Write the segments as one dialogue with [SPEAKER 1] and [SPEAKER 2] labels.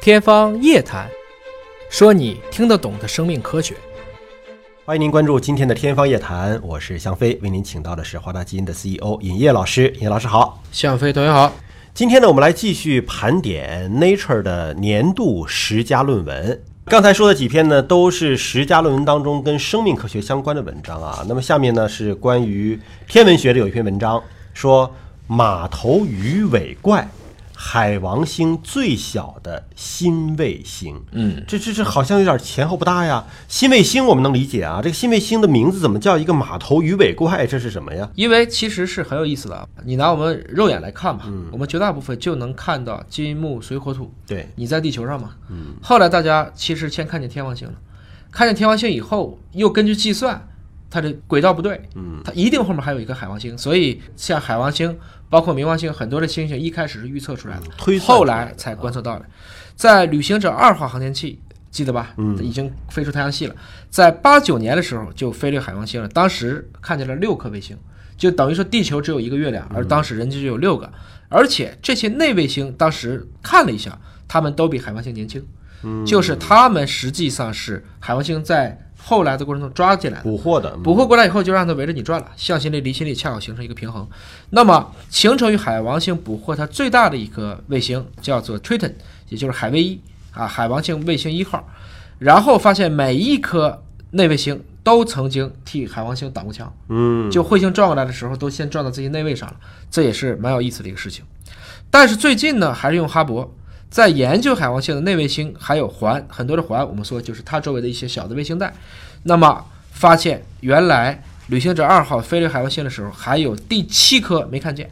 [SPEAKER 1] 天方夜谭，说你听得懂的生命科学。
[SPEAKER 2] 欢迎您关注今天的《天方夜谭》，我是向飞，为您请到的是华大基因的 CEO 尹烨老师。尹烨老师好，
[SPEAKER 1] 向飞同学好，
[SPEAKER 2] 今天呢，我们来继续盘点 Nature 的年度十佳论文。刚才说的几篇呢，都是十佳论文当中跟生命科学相关的文章啊。那么下面呢是关于天文学的有一篇文章，说马头鱼尾怪，海王星最小的新卫星。嗯，这这这好像有点前后不搭呀。新卫星我们能理解啊，这个新卫星的名字怎么叫一个马头鱼尾怪？这是什么呀？
[SPEAKER 1] 因为其实是很有意思的啊。你拿我们肉眼来看吧，我们绝大部分就能看到金木水火土。
[SPEAKER 2] 对，
[SPEAKER 1] 你在地球上嘛，嗯，后来大家其实先看见天王星了，看见天王星以后，又根据计算，它的轨道不对，嗯，它一定后面还有一个海王星，所以像海王星，包括冥王星，很多的星星一开始是预测出来的，
[SPEAKER 2] 推算
[SPEAKER 1] 后来才观测到的。在旅行者二号航天器，记得吧？嗯，已经飞出太阳系了。在八九年的时候就飞掠海王星了，当时看见了六颗卫星，就等于说地球只有一个月亮，而当时人家就有六个。而且这些内卫星当时看了一下，他们都比海王星年轻，就是他们实际上是海王星在后来的过程中抓进来的。
[SPEAKER 2] 捕获的。嗯
[SPEAKER 1] 捕获过来以后，就让它围着你转了，向心力、离心力恰好形成一个平衡。那么，形成于海王星捕获它最大的一颗卫星叫做 Triton，也就是海卫一啊，海王星卫星一号。然后发现每一颗内卫星都曾经替海王星挡过枪，
[SPEAKER 2] 嗯，
[SPEAKER 1] 就彗星撞过来的时候，都先撞到自己内卫上了，这也是蛮有意思的一个事情。但是最近呢，还是用哈勃在研究海王星的内卫星，还有环很多的环，我们说就是它周围的一些小的卫星带。那么发现原来旅行者二号飞掠海王星的时候，还有第七颗没看见，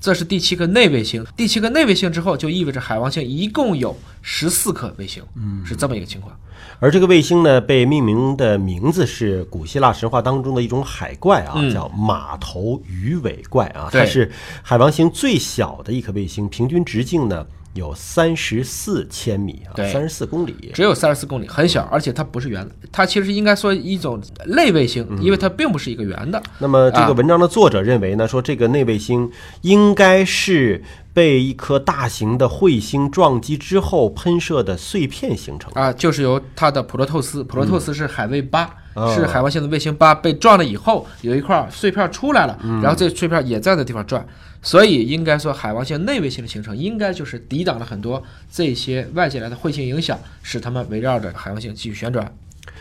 [SPEAKER 1] 这是第七颗内卫星。第七颗内卫星之后，就意味着海王星一共有十四颗卫星，嗯，是这么一个情况。
[SPEAKER 2] 而这个卫星呢，被命名的名字是古希腊神话当中的一种海怪啊，叫马头鱼尾怪啊。
[SPEAKER 1] 嗯对
[SPEAKER 2] 它是海王星最小的一颗卫星，平均直径呢有三十四千米啊，
[SPEAKER 1] 对
[SPEAKER 2] 三十四公里。
[SPEAKER 1] 只有三十四公里，很小，而且它不是圆的，它其实应该说一种类卫星，因为它并不是一个圆的。
[SPEAKER 2] 那么这个文章的作者认为呢，说这个内卫星应该是被一颗大型的彗星撞击之后喷射的碎片形成的。
[SPEAKER 1] 啊，就是由它的普罗透斯，普罗透斯是海卫八、
[SPEAKER 2] 哦
[SPEAKER 1] 是海王星的卫星八被撞了以后，有一块碎片出来了，然后这碎片也在那地方转，所以应该说海王星内卫星的形成，应该就是抵挡了很多这些外界来的彗星影响，使它们围绕着海王星继续旋转。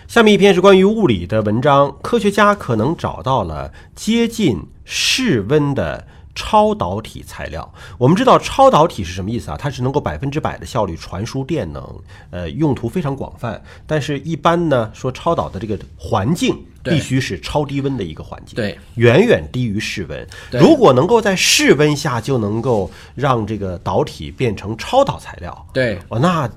[SPEAKER 2] 下面一篇是关于物理的文章，科学家可能找到了接近室温的。超导体材料，我们知道超导体是什么意思啊？它是能够百分之百的效率传输电能，呃，用途非常广泛。但是，一般呢，说超导的这个环境
[SPEAKER 1] 对
[SPEAKER 2] 必须是超低温的一个环境，
[SPEAKER 1] 对，
[SPEAKER 2] 远远低于室温。
[SPEAKER 1] 对
[SPEAKER 2] 如果能够在室温下就能够让这个导体变成超导材料，
[SPEAKER 1] 对，
[SPEAKER 2] 哦，那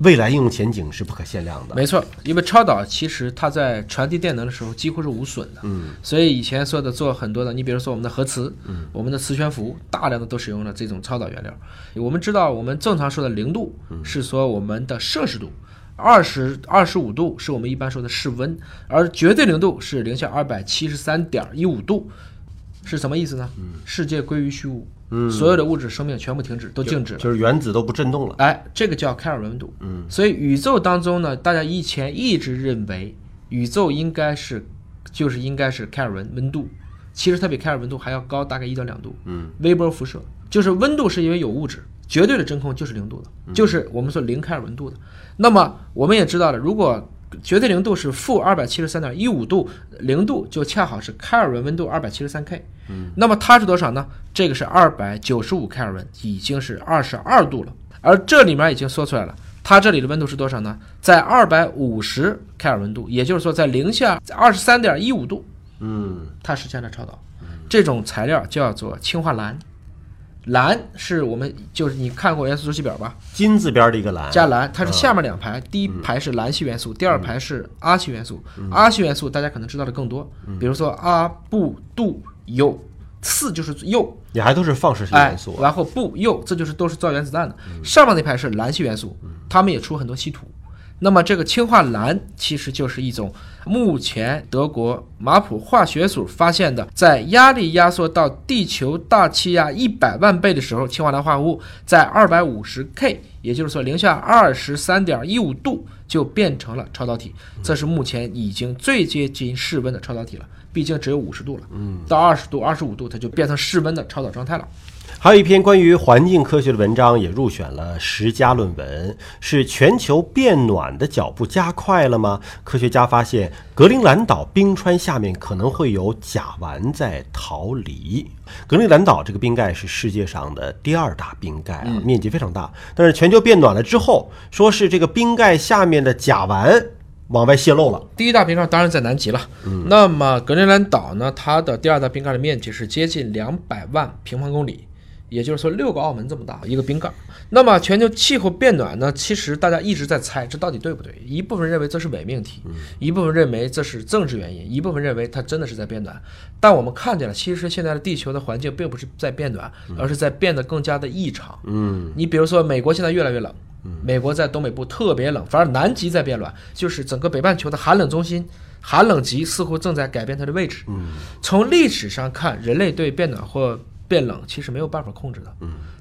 [SPEAKER 2] 未来应用前景是不可限量的。
[SPEAKER 1] 没错，因为超导其实它在传递电能的时候几乎是无损的，嗯，所以以前说的做很多的，你比如说我们的核磁，嗯，我们的磁悬浮，大量的都使用了这种超导原料。我们知道，我们正常说的零度是说我们的摄氏度。二十二十五度是我们一般说的室温，而绝对零度是零下二百七十三点一五度，是什么意思呢？世界归于虚无，所有的物质生命全部停止，都静止了。
[SPEAKER 2] 就是原子都不振动了。
[SPEAKER 1] 哎，这个叫开尔文度。嗯，所以宇宙当中呢，大家以前一直认为宇宙应该是就是应该是开尔文温度，其实它比开尔文度还要高大概一到两度。嗯，微波辐射就是温度是因为有物质，绝对的真空就是零度的，就是我们说零开尔文度的。那么我们也知道了，如果绝对零度是负二百七十三点一五度，零度就恰好是开尔文温度二百七十三 K。嗯，那么它是多少呢？这个是二百九十五开尔文，已经是二十二度了。而这里面已经说出来了，它这里的温度是多少呢？在二百五十开尔文度，也就是说在零下二十三点一五度，
[SPEAKER 2] 嗯，
[SPEAKER 1] 它实现了超导。这种材料叫做氢化镧，镧是我们就是你看过元素周期表吧？
[SPEAKER 2] 金字边的一个蓝，
[SPEAKER 1] 加蓝，它是下面两排，第一排是蓝系元素，第二排是阿系元素。阿系元素大家可能知道的更多，比如说阿布杜铀，次就是铀，
[SPEAKER 2] 你还都是放射性
[SPEAKER 1] 哎
[SPEAKER 2] 元素，，啊
[SPEAKER 1] 然后布铀，这就是都是造原子弹的。上面那排是蓝系元素，他们也出很多稀土。那么这个氰化蓝其实就是一种目前德国马普化学组发现的，在压力压缩到地球大气压一百万倍的时候，氰化蓝化合物在二百五十 K，也就是说零下二十三点一五度就变成了超导体。这是目前已经最接近室温的超导体了，毕竟只有五十度了。嗯，到二十度、二十五度，它就变成室温的超导状态了。
[SPEAKER 2] 还有一篇关于环境科学的文章也入选了十佳论文，是全球变暖的脚步加快了吗？科学家发现，格陵兰岛冰川下面可能会有甲烷在逃离。格陵兰岛这个冰盖是世界上的第二大冰盖
[SPEAKER 1] 嗯
[SPEAKER 2] 啊，面积非常大。但是全球变暖了之后，说是这个冰盖下面的甲烷往外泄漏了。
[SPEAKER 1] 第一大冰盖当然在南极了。那么格陵兰岛呢？它的第二大冰盖的面积是接近两百万平方公里，也就是说六个澳门这么大一个冰盖。那么全球气候变暖呢？其实大家一直在猜这到底对不对？一部分认为这是伪命题，一部分认为这是政治原因，一部分认为它真的是在变暖。但我们看见了，其实现在的地球的环境并不是在变暖，而是在变得更加的异常。
[SPEAKER 2] 嗯，
[SPEAKER 1] 你比如说，美国现在越来越冷，美国在东北部特别冷，反而南极在变暖，就是整个北半球的寒冷中心，寒冷极似乎正在改变它的位置。从历史上看，人类对变暖或变冷其实没有办法控制的。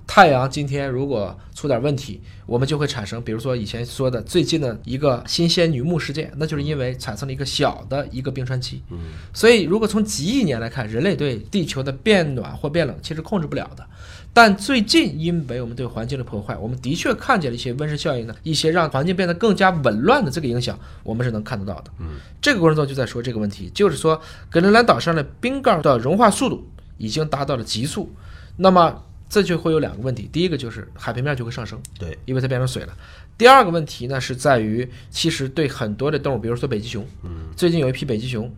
[SPEAKER 1] 太阳今天如果出点问题，我们就会产生，比如说以前说的最近的一个新仙女木事件，那就是因为产生了一个小的一个冰川期。嗯，所以如果从几亿年来看，人类对地球的变暖或变冷其实控制不了的。但最近，因为我们对环境的破坏，我们的确看见了一些温室效应呢，一些让环境变得更加紊乱的这个影响，我们是能看得到的。嗯，这个过程中就在说这个问题，就是说格陵兰岛上的冰盖的融化速度已经达到了极速，那么这就会有两个问题，第一个就是海平面就会上升，
[SPEAKER 2] 对，
[SPEAKER 1] 因为它变成水了。第二个问题呢，是在于其实对很多的动物，比如说北极熊，嗯，最近有一批北极熊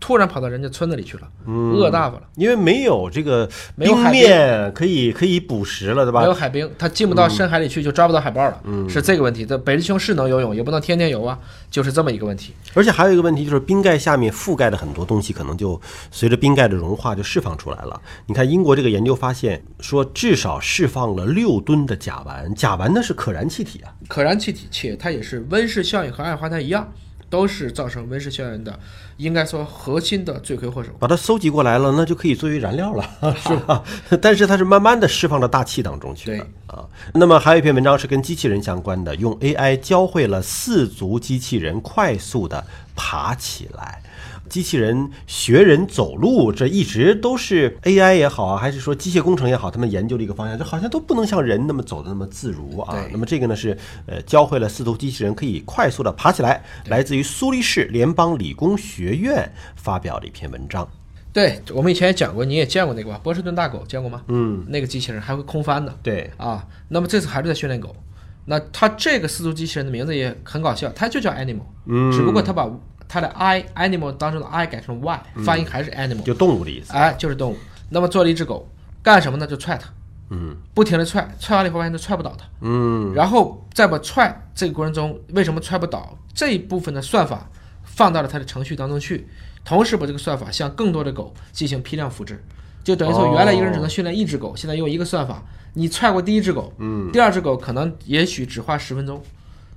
[SPEAKER 1] 突然跑到人家村子里去了，饿大发了。
[SPEAKER 2] 因为没有这个
[SPEAKER 1] 没有
[SPEAKER 2] 冰
[SPEAKER 1] 海冰
[SPEAKER 2] 面可以可以捕食了，对
[SPEAKER 1] 没有
[SPEAKER 2] 吧？
[SPEAKER 1] 海冰，它进不到深海里去，就抓不到海豹了，是这个问题。这北极熊是能游泳，也不能天天游啊，就是这么一个问题。
[SPEAKER 2] 而且还有一个问题就是，冰盖下面覆盖的很多东西，可能就随着冰盖的融化就释放出来了。你看，英国这个研究发现说，至少释放了六吨的甲烷，甲烷那是可燃气体啊。
[SPEAKER 1] 可燃气体且它也是温室效应和二氧化碳一样，都是造成温室效应的，应该说核心的罪魁祸首。
[SPEAKER 2] 把它搜集过来了，那就可以作为燃料了，是吧？但是它是慢慢的释放到大气当中去的
[SPEAKER 1] 对
[SPEAKER 2] 啊。那么还有一篇文章是跟机器人相关的，用 AI 教会了四足机器人快速的爬起来。机器人学人走路，这一直都是 AI 也好啊，还是说机械工程也好，他们研究的一个方向，就好像都不能像人那么走的那么自如啊。
[SPEAKER 1] 对
[SPEAKER 2] 那么这个呢是呃教会了四头机器人可以快速的爬起来，来自于苏黎世联邦理工学院发表的一篇文章。
[SPEAKER 1] 对我们以前也讲过，你也见过那个吧？波士顿大狗见过吗？嗯，那个机器人还会空翻的。
[SPEAKER 2] 对，
[SPEAKER 1] 啊，那么这次还是在训练狗。那它这个四足机器人的名字也很搞笑，它就叫 animal，嗯，只不过它把它的 i animal 当中的 i 改成 y，发音还是 animal，、
[SPEAKER 2] 就动物的意思。
[SPEAKER 1] 哎，就是动物。那么做了一只狗，干什么呢？就踹它，嗯，不停的踹，踹完了以后发现它踹不倒它，嗯，然后再把踹这个过程中为什么踹不倒这一部分的算法放到了它的程序当中去，同时把这个算法向更多的狗进行批量复制，就等于说原来一个人只
[SPEAKER 2] 哦
[SPEAKER 1] 能训练一只狗，现在用一个算法，你踹过第一只狗，嗯，第二只狗可能也许只花十分钟。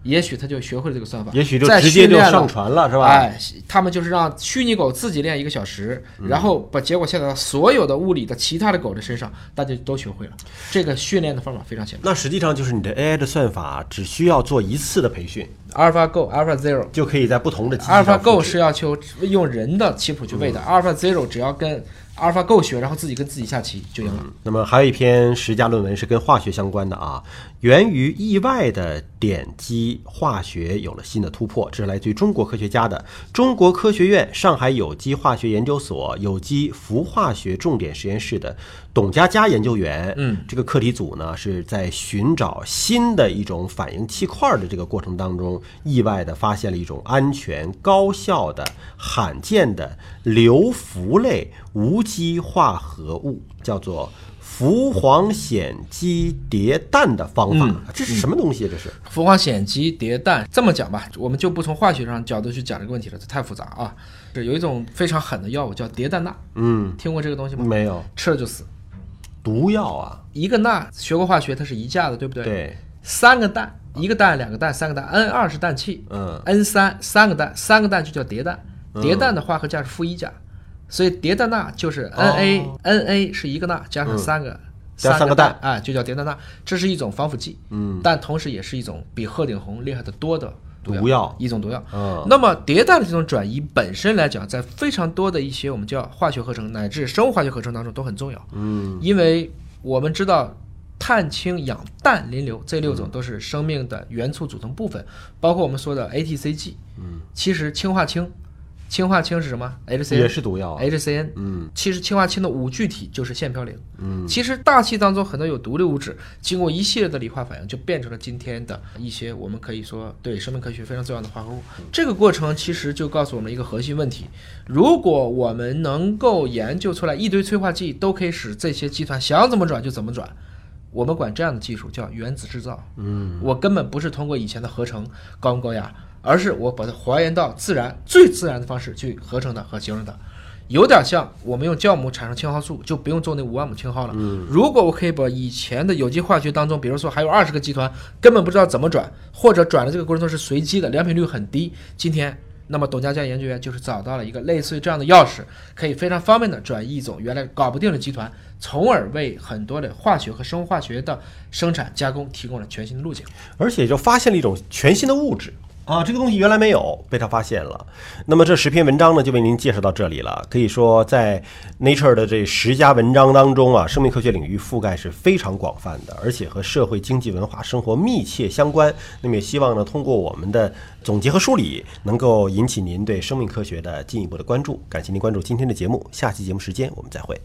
[SPEAKER 1] 也许它就学会了这个算法，
[SPEAKER 2] 也许就
[SPEAKER 1] 再
[SPEAKER 2] 直接
[SPEAKER 1] 训
[SPEAKER 2] 就
[SPEAKER 1] 练了
[SPEAKER 2] 上传了，是吧？
[SPEAKER 1] 哎，他们就是让虚拟狗自己练一个小时，然后把结果下载到所有的物理的其他的狗的身上，大家都学会了。这个训练的方法非常简单。
[SPEAKER 2] 那实际上就是你的 AI 的算法只需要做一次的培训，
[SPEAKER 1] AlphaGo、AlphaZero、
[SPEAKER 2] 就可以在不同的机器上复
[SPEAKER 1] AlphaGo
[SPEAKER 2] 制
[SPEAKER 1] 是要求用人的棋谱去喂的、a l p h a z e r o 只要跟 AlphaGo 学，然后自己跟自己下棋就赢了。
[SPEAKER 2] 那么还有一篇十佳论文是跟化学相关的啊，源于意外的点击化学有了新的突破，这是来自于中国科学家的中国科学院上海有机化学研究所有机氟化学重点实验室的董佳佳研究员。嗯，这个课题组呢是在寻找新的一种反应气块的这个过程当中，意外的发现了一种安全、高效的、罕见的硫氟类无机化合物，叫做。氟磺酰基迭氮的方法，这是什么东西啊？这是
[SPEAKER 1] 氟化酰基迭氮，这么讲吧，我们就不从化学上角度去讲这个问题了，这太复杂啊。是有一种非常狠的药物叫迭氮钠，嗯，听过这个东西吗？
[SPEAKER 2] 没有
[SPEAKER 1] 吃了就死。
[SPEAKER 2] 毒药啊？
[SPEAKER 1] 一个钠，学过化学，它是一价的，对不对？
[SPEAKER 2] 对，
[SPEAKER 1] 三个蛋，一个蛋、两个蛋、三个蛋，n 二是氮气
[SPEAKER 2] 嗯
[SPEAKER 1] ，n 三三个蛋，三个蛋就叫叠氮，叠氮的化合价是负一价，所以叠氮钠就是 N A、N A 是一个钠加上三个。
[SPEAKER 2] 哦嗯加
[SPEAKER 1] 三
[SPEAKER 2] 三个
[SPEAKER 1] 氮
[SPEAKER 2] 氮
[SPEAKER 1] 啊，就叫叠氮钠，这是一种防腐剂，嗯，但同时也是一种比鹤顶红厉害的多的
[SPEAKER 2] 毒药
[SPEAKER 1] 一种毒药。
[SPEAKER 2] 嗯
[SPEAKER 1] 那么迭代的这种转移本身来讲，在非常多的一些我们叫化学合成乃至生物化学合成当中都很重要。嗯，因为我们知道碳、氢、氧、氮、磷、硫这六种都是生命的元素组成部分，包括我们说的 ATCG。嗯，其实氢化氢，氢化氢是什么？HCl
[SPEAKER 2] 也是毒药啊。
[SPEAKER 1] HCN，嗯，其实氢化氢的五聚体就是腺嘌呤，嗯，其实大气当中很多有毒的物质，经过一系列的理化反应，就变成了今天的一些我们可以说对生命科学非常重要的化合物。这个过程其实就告诉我们一个核心问题：如果我们能够研究出来一堆催化剂都可以使这些集团想怎么转就怎么转。我们管这样的技术叫原子制造。嗯，我根本不是通过以前的合成高温高压，而是我把它还原到自然最自然的方式去合成它和形成它。有点像我们用酵母产生青蒿素，就不用做那五万亩青蒿了。如果我可以把以前的有机化学当中，比如说还有二十个集团，根本不知道怎么转，或者转的这个过程中是随机的，良品率很低。今天，那么董家佳研究员就是找到了一个类似于这样的钥匙，可以非常方便的转移一种原来搞不定的集团，从而为很多的化学和生物化学的生产加工提供了全新的路径。
[SPEAKER 2] 而且就发现了一种全新的物质啊，这个东西原来没有，被他发现了。那么这十篇文章呢，就为您介绍到这里了。可以说，在 Nature 的这十家文章当中啊，生命科学领域覆盖是非常广泛的，而且和社会、经济、文化、生活密切相关。那么也希望呢，通过我们的总结和梳理，能够引起您对生命科学的进一步的关注。感谢您关注今天的节目，下期节目时间我们再会。